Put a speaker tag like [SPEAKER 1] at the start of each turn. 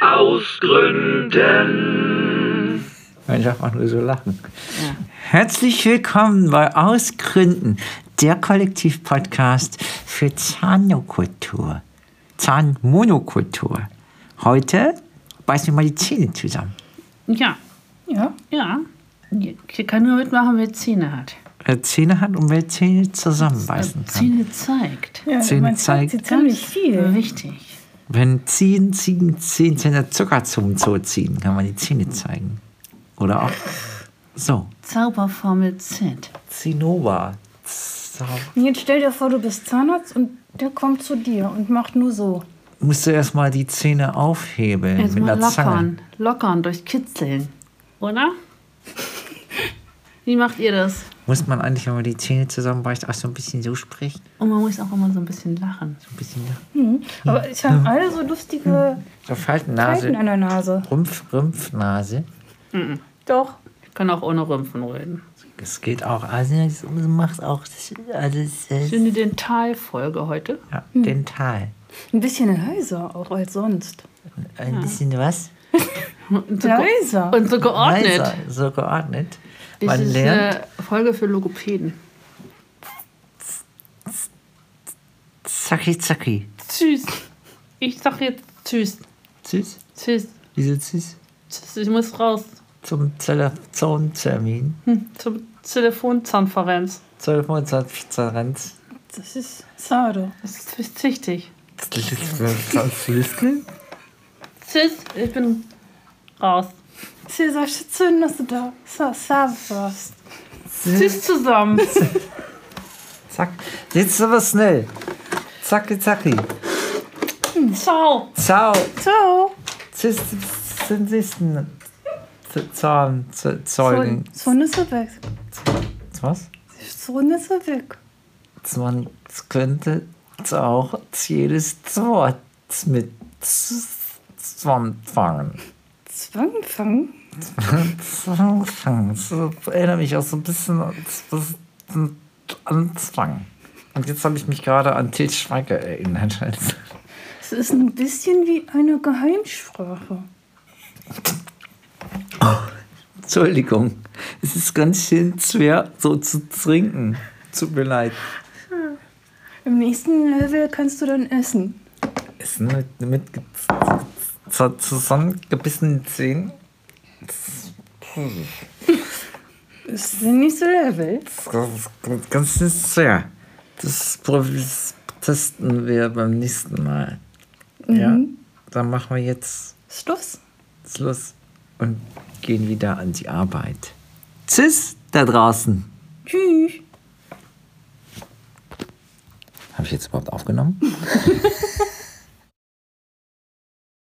[SPEAKER 1] aus Gründen.
[SPEAKER 2] Man darf auch nur so lachen. Herzlich willkommen bei Ausgründen, der Kollektivpodcast für Zahnokultur, Zahnmonokultur. Heute beißen wir mal die Zähne zusammen.
[SPEAKER 3] Ja,
[SPEAKER 4] Ja,
[SPEAKER 3] ja. Hier kann nur mitmachen, wer Zähne hat.
[SPEAKER 2] Wer Zähne hat und wer Zähne zusammenbeißen kann.
[SPEAKER 3] Äh, Zähne zeigt.
[SPEAKER 4] ja
[SPEAKER 2] Zehn
[SPEAKER 4] man zeigt sie
[SPEAKER 2] zeigt.
[SPEAKER 4] ziemlich viel.
[SPEAKER 3] Wichtig.
[SPEAKER 2] Wenn Ziehen, Ziehen, Ziehen, Zähne Zucker zum Zoo ziehen, kann man die Zähne zeigen. Oder auch so.
[SPEAKER 3] Zauberformel Z.
[SPEAKER 2] Zinnober. Zau-
[SPEAKER 4] Und jetzt stell dir vor, du bist Zahnarzt und der kommt zu dir und macht nur so.
[SPEAKER 2] Musst du erstmal die Zähne aufhebeln mit
[SPEAKER 3] Erstmal
[SPEAKER 2] einer Zange.
[SPEAKER 3] lockern. Lockern durch Kitzeln. Oder? Wie macht ihr das?
[SPEAKER 2] Muss man eigentlich, wenn man die Zähne zusammenbeißt, auch so ein bisschen so sprechen?
[SPEAKER 3] Und man muss auch immer so ein bisschen lachen.
[SPEAKER 2] So ein bisschen nach-
[SPEAKER 4] Hm. Aber ich habe alle so lustige
[SPEAKER 2] so
[SPEAKER 4] Falten an
[SPEAKER 2] Faltennase,
[SPEAKER 4] der Nase.
[SPEAKER 2] Rumpf, Rümpfnase.
[SPEAKER 4] Doch.
[SPEAKER 3] Ich kann auch ohne Rümpfen reden.
[SPEAKER 2] Das geht auch. Also, das macht auch das, also das, ist-
[SPEAKER 3] Schöne Dentalfolge heute.
[SPEAKER 2] ja, dental.
[SPEAKER 4] Ein bisschen heiser auch als sonst.
[SPEAKER 2] Ein bisschen was?
[SPEAKER 3] Und so,
[SPEAKER 4] Leiser.
[SPEAKER 3] Oh und so geordnet.
[SPEAKER 2] Leiser, so geordnet.
[SPEAKER 3] Das
[SPEAKER 2] Man
[SPEAKER 3] ist
[SPEAKER 2] lernt.
[SPEAKER 3] eine Folge für Logopäden.
[SPEAKER 2] Zacki, zacki.
[SPEAKER 3] Tschüss. Ich sag jetzt Tschüss.
[SPEAKER 2] Tschüss.
[SPEAKER 3] Tschüss.
[SPEAKER 2] Wieso tschüss?
[SPEAKER 3] Tschüss. Ich muss raus.
[SPEAKER 2] Zum Telefontermin.
[SPEAKER 3] Hm, Zur Telefonkonferenz.
[SPEAKER 2] 12.20
[SPEAKER 4] Das ist schade.
[SPEAKER 3] Das ist wichtig.
[SPEAKER 2] Uhr.
[SPEAKER 3] Tschüss, ich bin raus.
[SPEAKER 4] Cesar, schön, dass du da sa- sa- warst.
[SPEAKER 3] Tschüss zusammen.
[SPEAKER 2] Zack. Jetzt aber schnell. Zacki, zacki.
[SPEAKER 3] Ciao.
[SPEAKER 2] Ciao.
[SPEAKER 4] Ciao.
[SPEAKER 2] Tschüss zum nächsten Z- Zorn, Z- Zeugen.
[SPEAKER 4] Zorn ist weg.
[SPEAKER 2] Was?
[SPEAKER 4] Zorn ist weg.
[SPEAKER 2] Man könnte auch jedes Wort mit Zorn fangen.
[SPEAKER 4] Zwang fangen?
[SPEAKER 2] Zorn fangen. So erinnere mich auch so ein bisschen an an- an Zwang. Und jetzt habe ich mich gerade an Til Schweiger erinnert. als-
[SPEAKER 4] Es ist ein bisschen wie eine Geheimsprache.
[SPEAKER 2] Entschuldigung, es ist ganz schön schwer, so zu trinken. Tut mir leid.
[SPEAKER 4] Im nächsten Level kannst du dann essen.
[SPEAKER 2] Essen mit, halt mit ge- z- zusammengebissenen Zähnen.
[SPEAKER 4] Das ist ein nächstes Level.
[SPEAKER 2] Das ist ganz schön schwer. Das provis- testen wir beim nächsten Mal. Ja, dann machen wir jetzt
[SPEAKER 4] Schluss.
[SPEAKER 2] Schluss und gehen wieder an die Arbeit. Tschüss da draußen.
[SPEAKER 4] Tschüss.
[SPEAKER 2] Habe ich jetzt überhaupt aufgenommen?